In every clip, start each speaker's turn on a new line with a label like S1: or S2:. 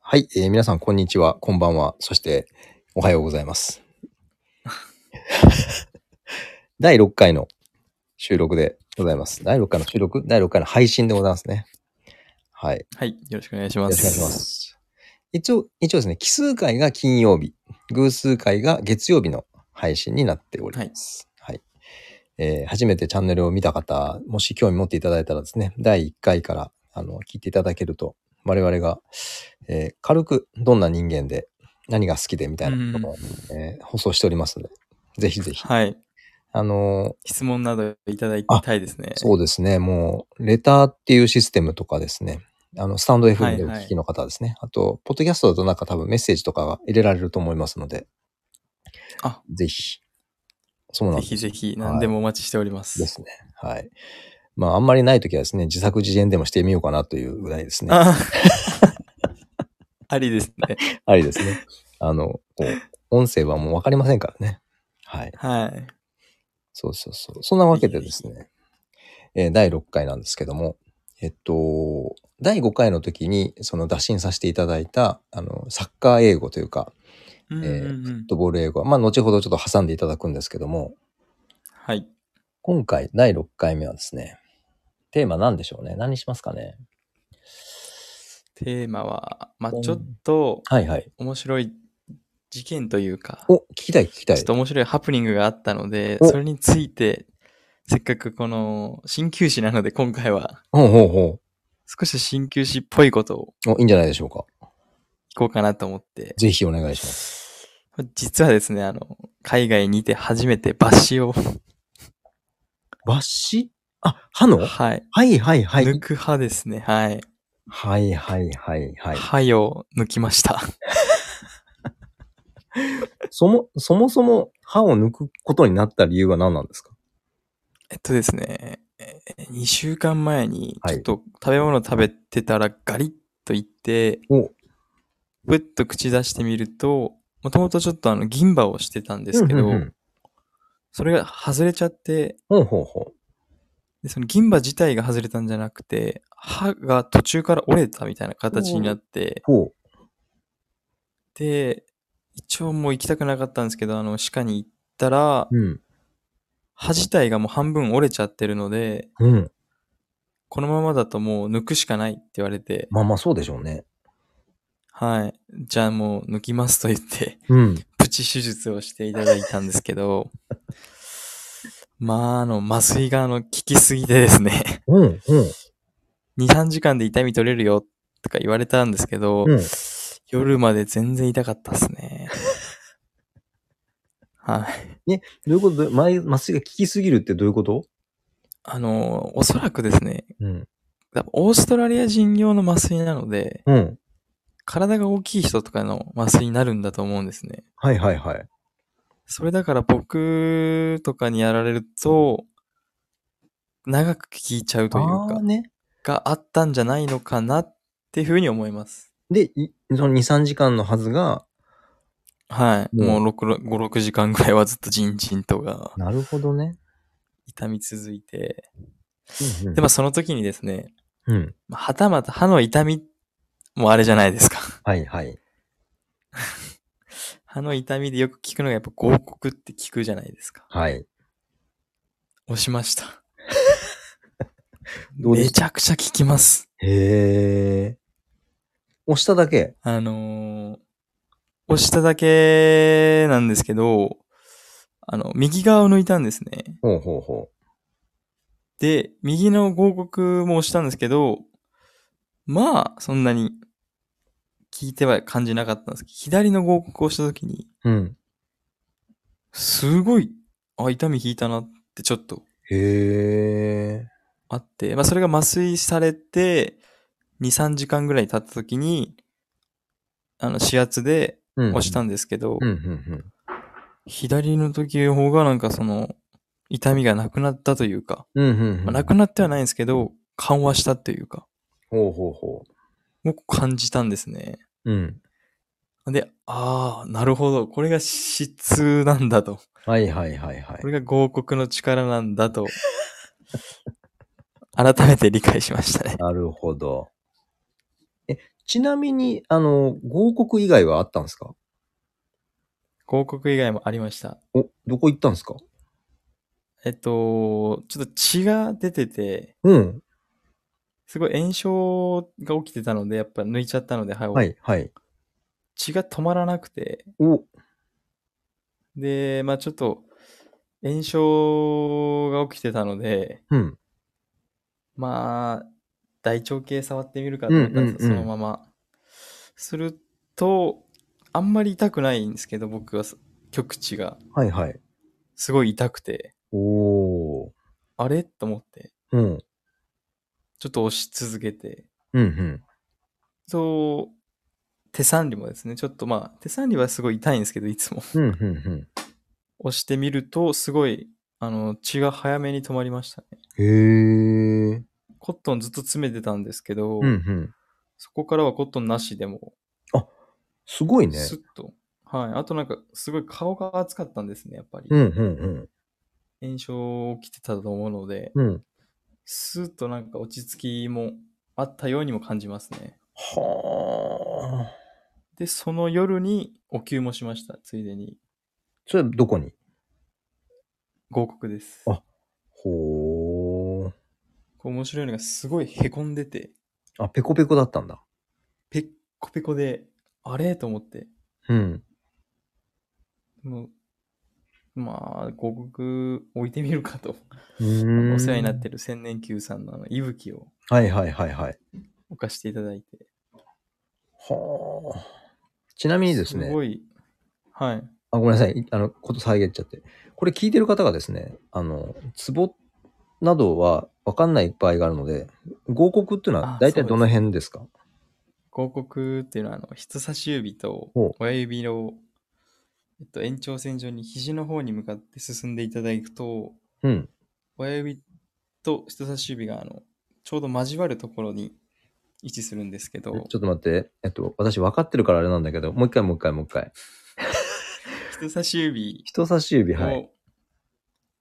S1: はい、えー、皆さん、こんにちは、こんばんは、そして、おはようございます。 第6回の収録でございます。第6回の収録第6回の配信でございますね。はい。
S2: はい、よろしくお願いしま
S1: よろ
S2: す。
S1: しくお願いします。一応、一応ですね、奇数回が金曜日、偶数回が月曜日の配信になっております。はい、はい、えー、初めてチャンネルを見た方、もし興味持っていただいたらですね、第1回からあの聞いていただけると我々が、えー、軽くどんな人間で何が好きでみたいなことを、えー、放送しておりますので、ぜひぜひ。
S2: はい。
S1: あの
S2: ー、質問などいただきたいですね。
S1: そうですね。もう、レターっていうシステムとかですね。あの、スタンド FM でお聞きの方ですね。はいはい、あと、ポッドキャストだとなんか多分メッセージとかが入れられると思いますので。
S2: あ、
S1: ぜひ。
S2: そうなんです。ぜひぜひ、何でもお待ちしております。
S1: はい、ですね。はい。まあ、あんまりないときはですね、自作自演でもしてみようかなというぐらいですね。
S2: あ りですね。
S1: ありですね。あの、こう、音声はもうわかりませんからね。はい。
S2: はい。
S1: そうそうそう。そんなわけでですね、えー、第6回なんですけども、えっと、第5回の時に、その打診させていただいた、あの、サッカー英語というか、えー、フットボール英語は、まあ、後ほどちょっと挟んでいただくんですけども、
S2: はい。
S1: 今回、第6回目はですね、テーマ何でしょうね何にしますかね
S2: テーマは、まあ、ちょっと、
S1: はいはい。
S2: 面白い事件というか、
S1: お、聞きたい聞きたい。
S2: ちょっと面白いハプニングがあったので、それについて、せっかくこの、鍼灸師なので今回は、
S1: ほうほうほう。
S2: 少し鍼灸師っぽいことを、
S1: お、いいんじゃないでしょうか。
S2: 聞こうかなと思って。
S1: ぜひお願いします。
S2: 実はですね、あの、海外にて初めて抜歯を
S1: 抜歯あ、歯の、
S2: はい、
S1: はいはいはい。
S2: 抜く歯ですね、はい。
S1: はいはいはいはい。
S2: 歯を抜きました。
S1: そも、そもそも歯を抜くことになった理由は何なんですか
S2: えっとですね、2週間前に、ちょっと食べ物食べてたらガリッといって、
S1: はい、
S2: ぷっと口出してみると、もともとちょっとあの銀歯をしてたんですけど、うんうんうん、それが外れちゃって、
S1: ほうほうほう
S2: で、その銀歯自体が外れたんじゃなくて、歯が途中から折れたみたいな形になって、で、一応もう行きたくなかったんですけど、あの、歯科に行ったら、
S1: うん、
S2: 歯自体がもう半分折れちゃってるので、
S1: うん、
S2: このままだともう抜くしかないって言われて。
S1: まあまあそうでしょうね。
S2: はい。じゃあもう抜きますと言って、
S1: うん、
S2: プチ手術をしていただいたんですけど、まあ、あの、麻酔が、あの、効きすぎてですね
S1: うん、うん。
S2: 2、3時間で痛み取れるよ、とか言われたんですけど、
S1: うん、。
S2: 夜まで全然痛かったっすね。はい
S1: ね、どういうこと前麻酔が効きすぎるってどういうこと
S2: あの、おそらくですね、
S1: うん、
S2: オーストラリア人用の麻酔なので、
S1: うん、
S2: 体が大きい人とかの麻酔になるんだと思うんですね。
S1: はいはいはい。
S2: それだから僕とかにやられると、長く聞いちゃうというか、
S1: ね、
S2: があったんじゃないのかなっていうふうに思います。
S1: で、その2、3時間のはずが、
S2: はい、もう6、5、6時間ぐらいはずっとじんじんとが。
S1: なるほどね。
S2: 痛み続いて。うんうん、で、まあその時にですね、
S1: うん、
S2: はたまた歯の痛みもあれじゃないですか。
S1: はいはい。
S2: 歯の痛みでよく聞くのがやっぱ合谷って聞くじゃないですか。
S1: はい。
S2: 押しました。どうめちゃくちゃ聞きます。
S1: へえ。押しただけ
S2: あのー、押しただけなんですけど、あの、右側を抜いたんですね。
S1: ほうほうほう。
S2: で、右の合谷も押したんですけど、まあ、そんなに聞いては感じなかったんですけど、左の合格をしたときに、
S1: うん。
S2: すごい、あ、痛み引いたなってちょっと。
S1: へー。
S2: あって、まあそれが麻酔されて、2、3時間ぐらい経ったときに、あの、指圧で押したんですけど、
S1: うんうんうんうん、
S2: 左の時の方がなんかその、痛みがなくなったというか、
S1: うんうんうん
S2: まあ、なくなってはないんですけど、緩和したというか。
S1: ほうほうほう。
S2: を感じたんですね。
S1: うん。
S2: で、ああ、なるほど。これが質なんだと。
S1: はいはいはいはい。
S2: これが合国の力なん だと。改めて理解しましたね。
S1: なるほど。え、ちなみに、あの、合国以外はあったんですか
S2: 広告以外もありました。
S1: お、どこ行ったんですか
S2: えっと、ちょっと血が出てて、
S1: うん。
S2: すごい炎症が起きてたので、やっぱ抜いちゃったので、はい
S1: はい、はい。
S2: 血が止まらなくて、
S1: お、
S2: で、まあちょっと、炎症が起きてたので、
S1: うん。
S2: まあ、大腸系触ってみるかと思ったんです
S1: う
S2: よ、
S1: んうんうん
S2: そのまま。すると、あんまり痛くないんですけど、僕はす極地が。
S1: はい、はい。
S2: すごい痛くて、
S1: おー。
S2: あれと思って、
S1: うん。うん、
S2: ちょっと押し続けて、
S1: うん。
S2: そう、手三里もですね、ちょっとまあ、手三里はすごい痛いんですけど、いつも。
S1: うん、うん、うん。
S2: 押してみると、すごい、あの、血が早めに止まりましたね。
S1: へー。
S2: コットンずっと詰めてたんですけど、
S1: うん、うん。
S2: そこからはコットンなしでも、
S1: すごいね。
S2: スッと。はい。あとなんか、すごい顔が熱かったんですね、やっぱり。
S1: うん、うん、
S2: 炎症起きてたと思うので、
S1: うん。うん。
S2: スッとなんか落ち着きもあったようにも感じますね。
S1: はー。
S2: で、その夜にお給もしました、ついでに。
S1: それはどこに
S2: 合格です。
S1: あほー。
S2: こう面白いのがすごいへこんでて、
S1: あ、ペコペコだったんだ。
S2: ペッコペコで、あれと思って。
S1: うん。
S2: もうまあ、合格置いてみるかと。
S1: うーん
S2: お世話になってる千年球さんのあの息吹を
S1: はいはいはいはい。
S2: 置かせていただいて。
S1: はあ。ちなみにですね、
S2: ごい。はい。
S1: あごめんなさい、いあの、こと遮っちゃって。これ聞いてる方がですね、あの、ツボなどは分かんない場合があるので、合国っていうのは
S2: あ
S1: 大体
S2: そうで
S1: ど
S2: す
S1: の辺ですか
S2: 広告っていうのはあの人差し指と
S1: ほう
S2: 親指の、えっと、延長線上に肘の方に向かって進んでいただくと
S1: うん。
S2: 親指と人差し指があのちょうど交わるところに位置するんですけ
S1: ち
S2: ど
S1: ょっと待って、えっと、私分かってるからあれなんだけど、もう一回もう一回もう一回。
S2: 人差し指
S1: 人差し指、
S2: を、
S1: は
S2: え
S1: い。
S2: っ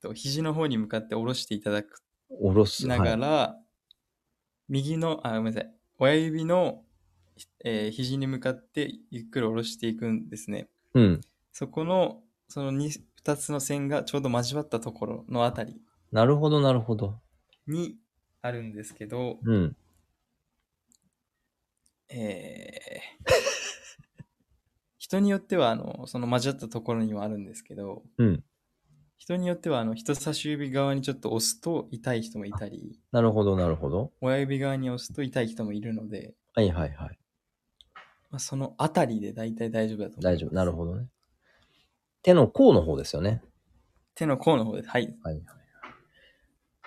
S2: と肘の方に向かって下ろしていただく
S1: 下ろす。
S2: なが
S1: はい
S2: ら、右のあごめんなさい親指の、えー肘に向かってゆっくり下ろしていくんですね
S1: うん。
S2: そこの、その 2, 二つの線がちょうど交わったところのあたり
S1: なるほど、なるほど。
S2: にあるんですけど、
S1: うん。
S2: えー 人によっては、あの、その交わったところにもあるんですけど、
S1: うん
S2: 人によっては、あの、人差し指側にちょっと押すと痛い人もいたり、
S1: なるほど、なるほど。
S2: 親指側に押すと痛い人もいるので、
S1: はいはいはい。
S2: まあ、そのあたりで大体大丈夫だと思います。
S1: 大丈夫。なるほどね。手の甲の方ですよね。
S2: 手の甲の方で、はい。
S1: はいはいはい。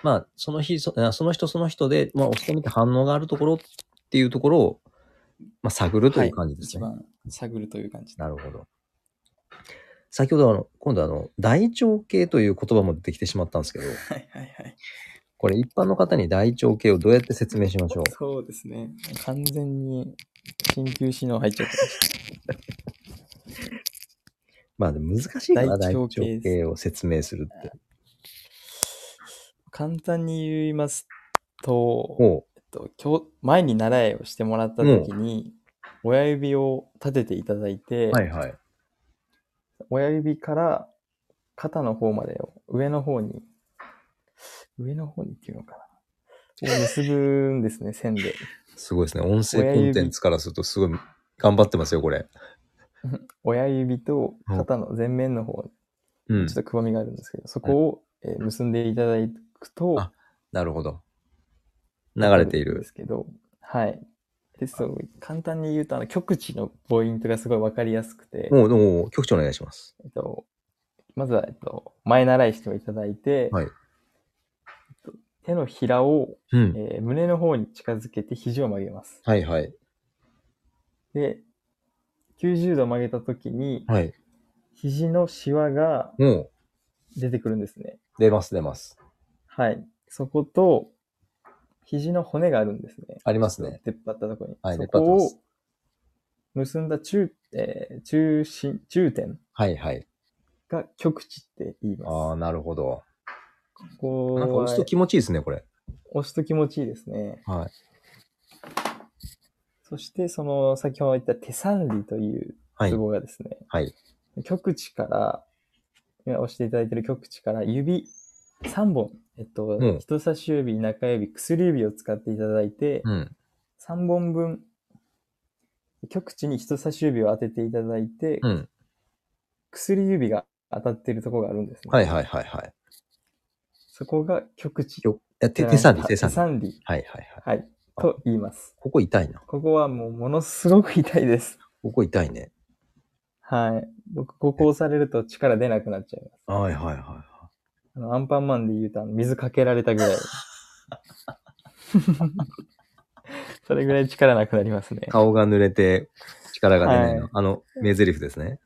S1: まあ、その日、そあその人その人で、まあ、押してみて反応があるところっていうところを、まあ、探るという感じですね。
S2: はい、一番探るという感じで。
S1: なるほど。先ほどあの、今度あの、大腸系という言葉も出てきてしまったんですけど、
S2: はいはいはい。
S1: これ一般の方に大腸系をどうやって説明しましょう
S2: そうですね。完全に鍼灸師能入っちゃってまし
S1: まあ、でも難しいから大
S2: 大
S1: 腸
S2: 腸系です
S1: 系を説明するって。
S2: た。簡単に言いますと、えっ
S1: おう
S2: と今日前に習いをしてもらった時に、親指を立てていただいて、
S1: はいはい。
S2: 親指から肩の方までを上の方に、上の方にっていうのかな。を結ぶんですね、線で。
S1: すごいですね。音声コンテンツからするとすごい頑張ってますよ、これ。
S2: 親指と肩の前面の方、
S1: うん
S2: ちょっ。とくぼみがあるんですけど、そこを、えー結んでいただくと、
S1: あなるほど。流れてい
S2: で
S1: る。
S2: すけど、はい。で、そう、簡単に言うと、あの、極地のポイントがすごいわかりやすくて、
S1: もう、もう、局長お願いします。
S2: えっと、まずは、えっと、前習いしていただいて、
S1: はい
S2: えっと手のひらを、
S1: うん。
S2: えー胸の方に近づけて肘を曲げます。
S1: はいはい。
S2: で、90度曲げた時に、
S1: はい。
S2: 肘のシワが
S1: もう、
S2: 出てくるんですね。
S1: 出ます出ます。
S2: はい。そこと、肘の骨があるんですね。
S1: ありますね。
S2: 出っ張ったところに。
S1: はい
S2: そ
S1: 出っ張っ
S2: こ
S1: てま
S2: を
S1: す
S2: 結んだ中、えー中心、中点
S1: はいはい。
S2: が極地って言い
S1: ああ、
S2: ます。
S1: なるほど。
S2: こう
S1: なんか押すと気持ちいいですね、これ。
S2: 押すと気持ちいいですね。
S1: はい。
S2: そして、その、先ほど言った手三里という
S1: はい。
S2: 壺がですね、
S1: はい。
S2: 極地から、今押していただいている極地から指3本、えっと、
S1: ん
S2: 人差し指、中指、薬指を使っていただいて、
S1: うん。
S2: 3本分、極地に人差し指を当てていただいて、
S1: うん。
S2: 薬指が当たっているところがあるんですね。
S1: はいはいはいはい。
S2: そこが極地。
S1: よえ手、手三里、手三里。
S2: 三里。
S1: はいはいはい。
S2: はい。と言います。
S1: ここ痛いな。
S2: ここはもうものすごく痛いです。
S1: ここ痛いね。
S2: はい。僕、ここ押されると力出なくなっちゃいます。
S1: はいはいは
S2: あの、アンパンマンで言うと、あの水かけられた ぐらい。それぐらい力なくなりますね
S1: い。。顔が濡れて力が出ないの。
S2: はい
S1: あの、名台詞ですね。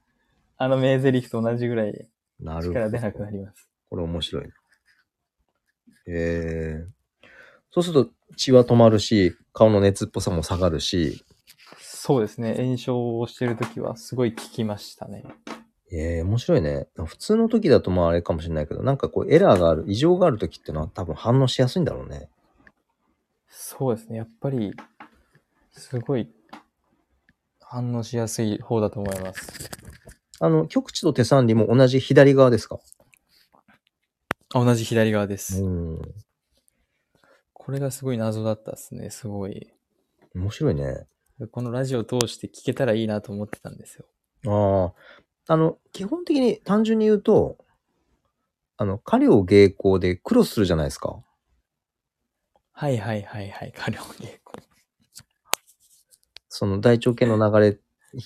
S2: あの名台詞と同じぐらい
S1: なるほど。
S2: 力出なくなります。
S1: これ面白いな。えー、そうすると血は止まるし、顔の熱っぽさも下がるし、
S2: そうですね。炎症をしてるときはすごい効きましたね。
S1: えー、面白いね。普通の時だとまああれかもしれないけど、なんかこうエラーがある、異常がある時ってのは多分反応しやすいんだろうね。
S2: そうですね。やっぱり、すごい反応しやすい方だと思います。
S1: あの、極地と手三里も同じ左側ですか
S2: あ同じ左側です。
S1: うん。
S2: これがすごい謎だったですね。すごい。
S1: 面白いね。
S2: このラジオを通して聞けたらいいなと思ってたんですよ。
S1: ああ。あの、基本的に単純に言うと、あの、狩猟芸行でクロスするじゃないですか。
S2: はいはいはいはい。過量稽古。
S1: その大腸系の流れ、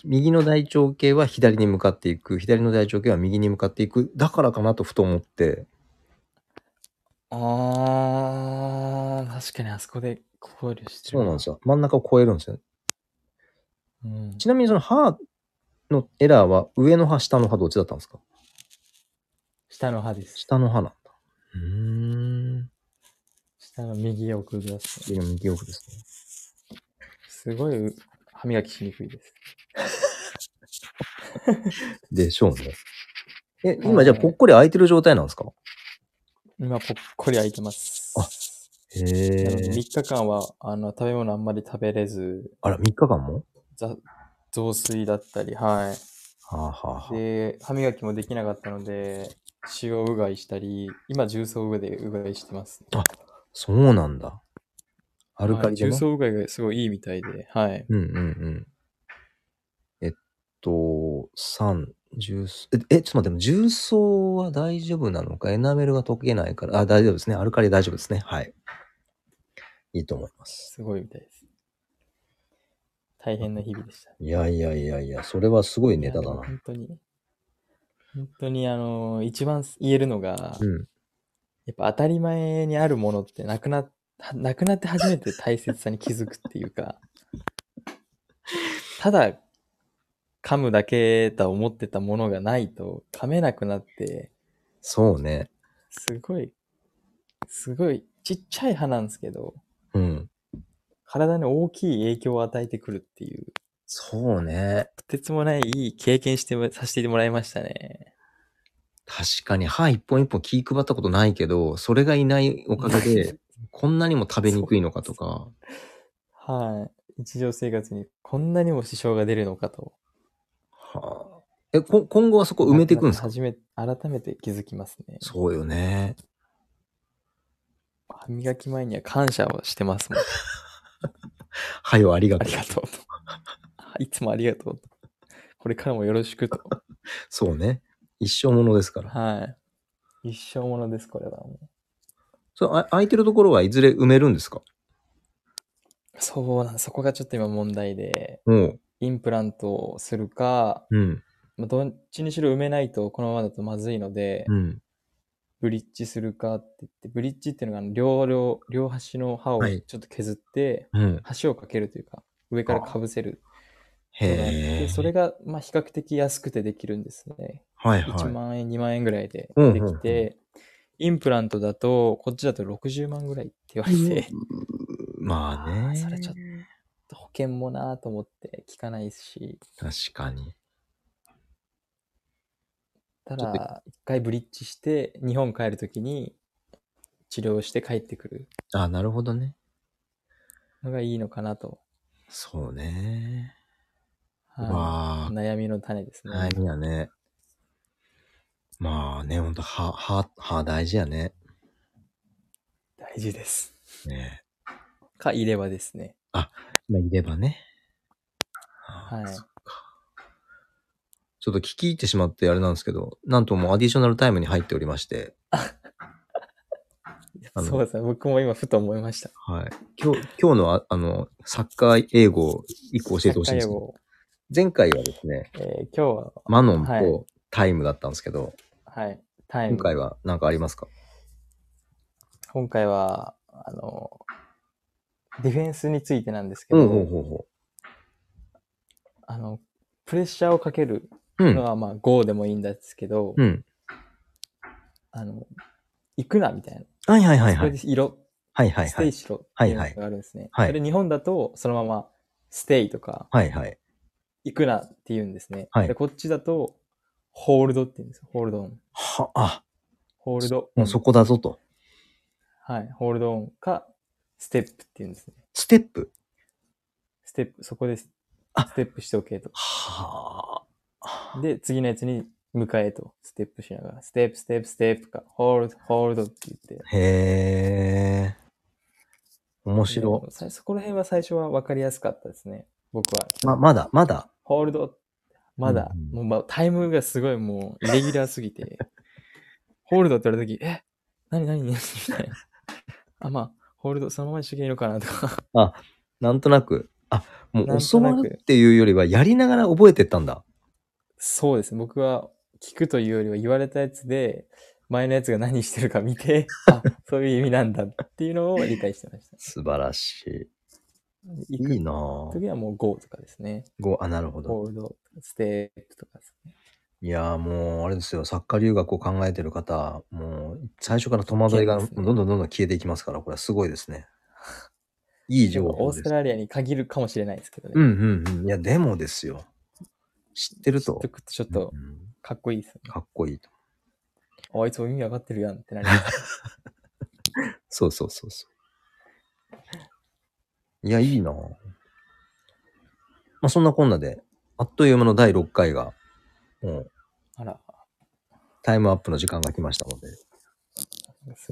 S1: 右の大腸系は左に向かっていく、左の大腸系は右に向かっていく、だからかなとふと思って、
S2: あー、確かにあそこで考慮してる。
S1: そうなんですよ。真ん中を超えるんですよ。
S2: うん
S1: ちなみにその歯のエラーは上の歯、下の歯どっちだったんですか
S2: 下の歯です。
S1: 下の歯なんだ。うーん。
S2: 下の右奥です、ね。
S1: で右奥ですね。
S2: すごい歯磨きしにくいです。
S1: でしょうね。え、
S2: は
S1: 今
S2: い
S1: じゃあぽっこり開いてる状態なんですか
S2: 今ぽっこり開いてます。
S1: あへ
S2: なので
S1: え。
S2: 3日間はあの食べ物あんまり食べれず、
S1: あら、3日間も
S2: ざ雑炊だったり、は。
S1: はあ、はあはいあ、
S2: で、歯磨きもできなかったので、塩うがいしたり、今重曹うがいでうがいしてます。
S1: そうなんだ。ア
S2: ア
S1: ルカリで
S2: 重
S1: ね
S2: 曹うがいがすごいいいみたいで、はい。
S1: うんうんうん。えっと、三、重曹、え、えちょっと待って、重曹は大丈夫なのかエナメルが溶けないから、あ、大丈夫ですね。アルカリ大丈夫ですね。はい。いいと思います。
S2: すごいみたいです。大変な日々でした。
S1: いやいやいやいや、それはすごいネタだ
S2: いやでも
S1: な。
S2: 本当に、本当にあの、一番言えるのが、
S1: うん。
S2: やっぱ当たり前にあるものってなくなっなくなって初めて大切さに気づくってい うか、ただ噛むだけだ思ってたものがないと噛めなくなって、
S1: そうね。
S2: すごい、すごいちっちゃい歯なんですけど、
S1: うん。
S2: 体に大きい影響を与えてくるっていう、
S1: そうね。
S2: とてつもないいい経験してもさせてもらいましたね。
S1: 確かに歯一本一本気配ったことないけど、それがいないおかげで、こんなにも食べにくいのかとか、
S2: はい。日常生活にこんなにも支障が出るのかと。
S1: はあ、え、こ今後はそこ埋めていくんですか
S2: 初め、改めて気づきますね。
S1: そうよね。
S2: 歯磨き前には感謝をしてます もん。
S1: はいよ、ありが
S2: あ
S1: とう
S2: り。がとうと。いつもありがとうと。これからもよろしくと。
S1: そうね。一生ものですから。
S2: はい。一生ものです、これはもう。
S1: そう、あ空いてるところはいずれ埋めるんですか
S2: そうなん、そこがちょっと今問題で、
S1: もう。
S2: インプラントをするか、
S1: うん。
S2: まあどっちにしろ埋めないとこのままだとまずいので、
S1: うん。
S2: ブリッジするかって言って、ブリッジっていうのがあの両、両、両端の歯を
S1: はい
S2: ちょっと削って、
S1: うん。
S2: 端をかけるというか、上からかぶせるのがあっ
S1: へえ。
S2: て、それが、まあ、比較的安くてできるんですね。
S1: はい
S2: 1
S1: は
S2: 万円、2万円ぐらいで
S1: うんうん
S2: できて、インプラントだと、こっちだと60万ぐらいって言われ
S1: い。
S2: て、
S1: うーまあ
S2: あー
S1: ね。
S2: それちょっ保険もなぁと思って聞かないし、
S1: 確かに。
S2: た
S1: ちょっと
S2: だ、一回ブリッジして、日本帰るときに治療して帰ってくる
S1: あなるほどね。
S2: のがいいのかなと。
S1: そうね。わ
S2: はい、悩みの種です
S1: あ、
S2: ね。
S1: 悩みやね。まあね、ほんと、歯、歯、歯大事やね。
S2: 大事です。
S1: ね
S2: か、いればですね。
S1: まあ、いればね。
S2: はい
S1: ああそっかちょっと聞き入ってしまってあれなんですけど、なんともうアディショナルタイムに入っておりまして、あの
S2: そうですね。僕も今、ふと思いました。
S1: はい。今日、今日のああの、サッカー英語を一個教えてほしいんですけ
S2: 社会
S1: ど、
S2: を
S1: 前回はですね、
S2: えー今日
S1: マノン
S2: はい
S1: とタイムだったんですけど、
S2: は、はい、タイム。
S1: 今回は何かありますか
S2: 今回は、あの、ディフェンスについてなんですけ
S1: う
S2: ど、
S1: ん、ほうほうほ
S2: あの、プレッシャーをかける
S1: う。う
S2: の
S1: ん。
S2: は、まあ、ゴーでもいいんですけど、
S1: うん。
S2: あの、行くな、みたいな。
S1: はいはいはい
S2: そ
S1: は
S2: れ
S1: い
S2: で。色、
S1: はいはい
S2: ス
S1: は
S2: テイ
S1: い。
S2: しろっていうの
S1: はいはい
S2: があるんですね。
S1: はい
S2: それ日本だと、そのまま、ステイとか、
S1: はいはい。
S2: 行くなって言うんですね。
S1: はい
S2: で、こっちだと、ホールドって言うんですよ。ホールドオン。
S1: は、あ、
S2: ホールドオ
S1: もう
S2: ン。
S1: そこだぞと。
S2: はい。ホールドオンか、ステップって言うんですね。
S1: ステップ。
S2: ステップ、そこです。
S1: あ
S2: ステップしておけと。
S1: はあ。
S2: で、次のやつに、迎えと、ステップしながら、ステップ、ステップ、ステップか、ホールド、ホールドって言って。
S1: へえ。面白。
S2: でさそこら辺は最初は分かりやすかったですね。僕は。
S1: ま、まだ、まだ。
S2: ホールド、まだ、
S1: うんうん
S2: もう、まあ、タイムがすごいもう、イレギュラーすぎて、 ホールドって言われたとき、え、なになに みたいな。あ、まあ、ホールド、そのままにしとけばいいのかなとか。
S1: なんとなく。あ、も
S2: なんとな
S1: う教わ
S2: く
S1: るっていうよりは、やりながら覚えてったんだ。
S2: そうですね。僕は、聞くというよりは言われたやつで、前のやつが何してるか見て、あ、そういう意味なんだっていうのを理解してました。
S1: 素晴らしい。
S2: 行
S1: いい
S2: く
S1: なぁ。
S2: 時はもう GO とかですね。
S1: ごあ、なるほど。
S2: ホールド、ステップとかですね。
S1: いやーもう、あれですよ、サッカー留学を考えてる方、もう、最初から戸惑いがど
S2: いけますね
S1: んどんどんどん消えていきますから、これはすごいですね。 いい情
S2: なんかオ
S1: 報
S2: ー
S1: で
S2: ス
S1: す
S2: ト。ラリアに限るかもしれないですけどね。
S1: うんうんうん。いや、でもですよ。知ってる
S2: ちょ
S1: と
S2: っと、ちょっと
S1: う、ん
S2: かっこいいですね。
S1: かっこいいと。
S2: ああいつも意味わかってるやんってなります。
S1: そうそうそうそう。いや、いいなぁまあ、そんなこんなで、あっという間の第6回が、もう、
S2: あら、
S1: タイムアップの時間が来ましたので、
S2: す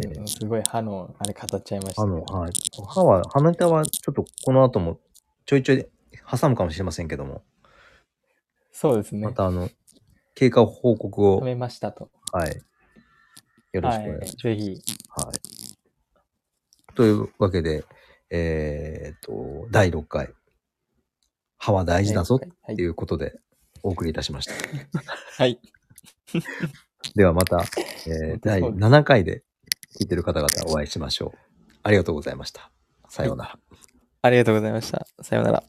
S2: ごいすごい歯のあれ語っちゃいました
S1: あ
S2: けど。
S1: の、はい。歯は、歯ネタはちょっとこの後もちょいちょい挟むかもしれませんけども、
S2: そうですね。
S1: またあの、経過報告を、
S2: 止めましたと。
S1: はい。よろしくお願いし
S2: はい。ぜひ、
S1: ます。はい。というわけで、えーっと、第6回、歯は大事だぞ
S2: は
S1: っ
S2: い
S1: て。いうことでお送りいたしました。
S2: はい。
S1: ではまた、えー第7回で聞いてる方々お会いしましょう。ありがとうございました。さようなら。
S2: ありがとうございました。さようなら。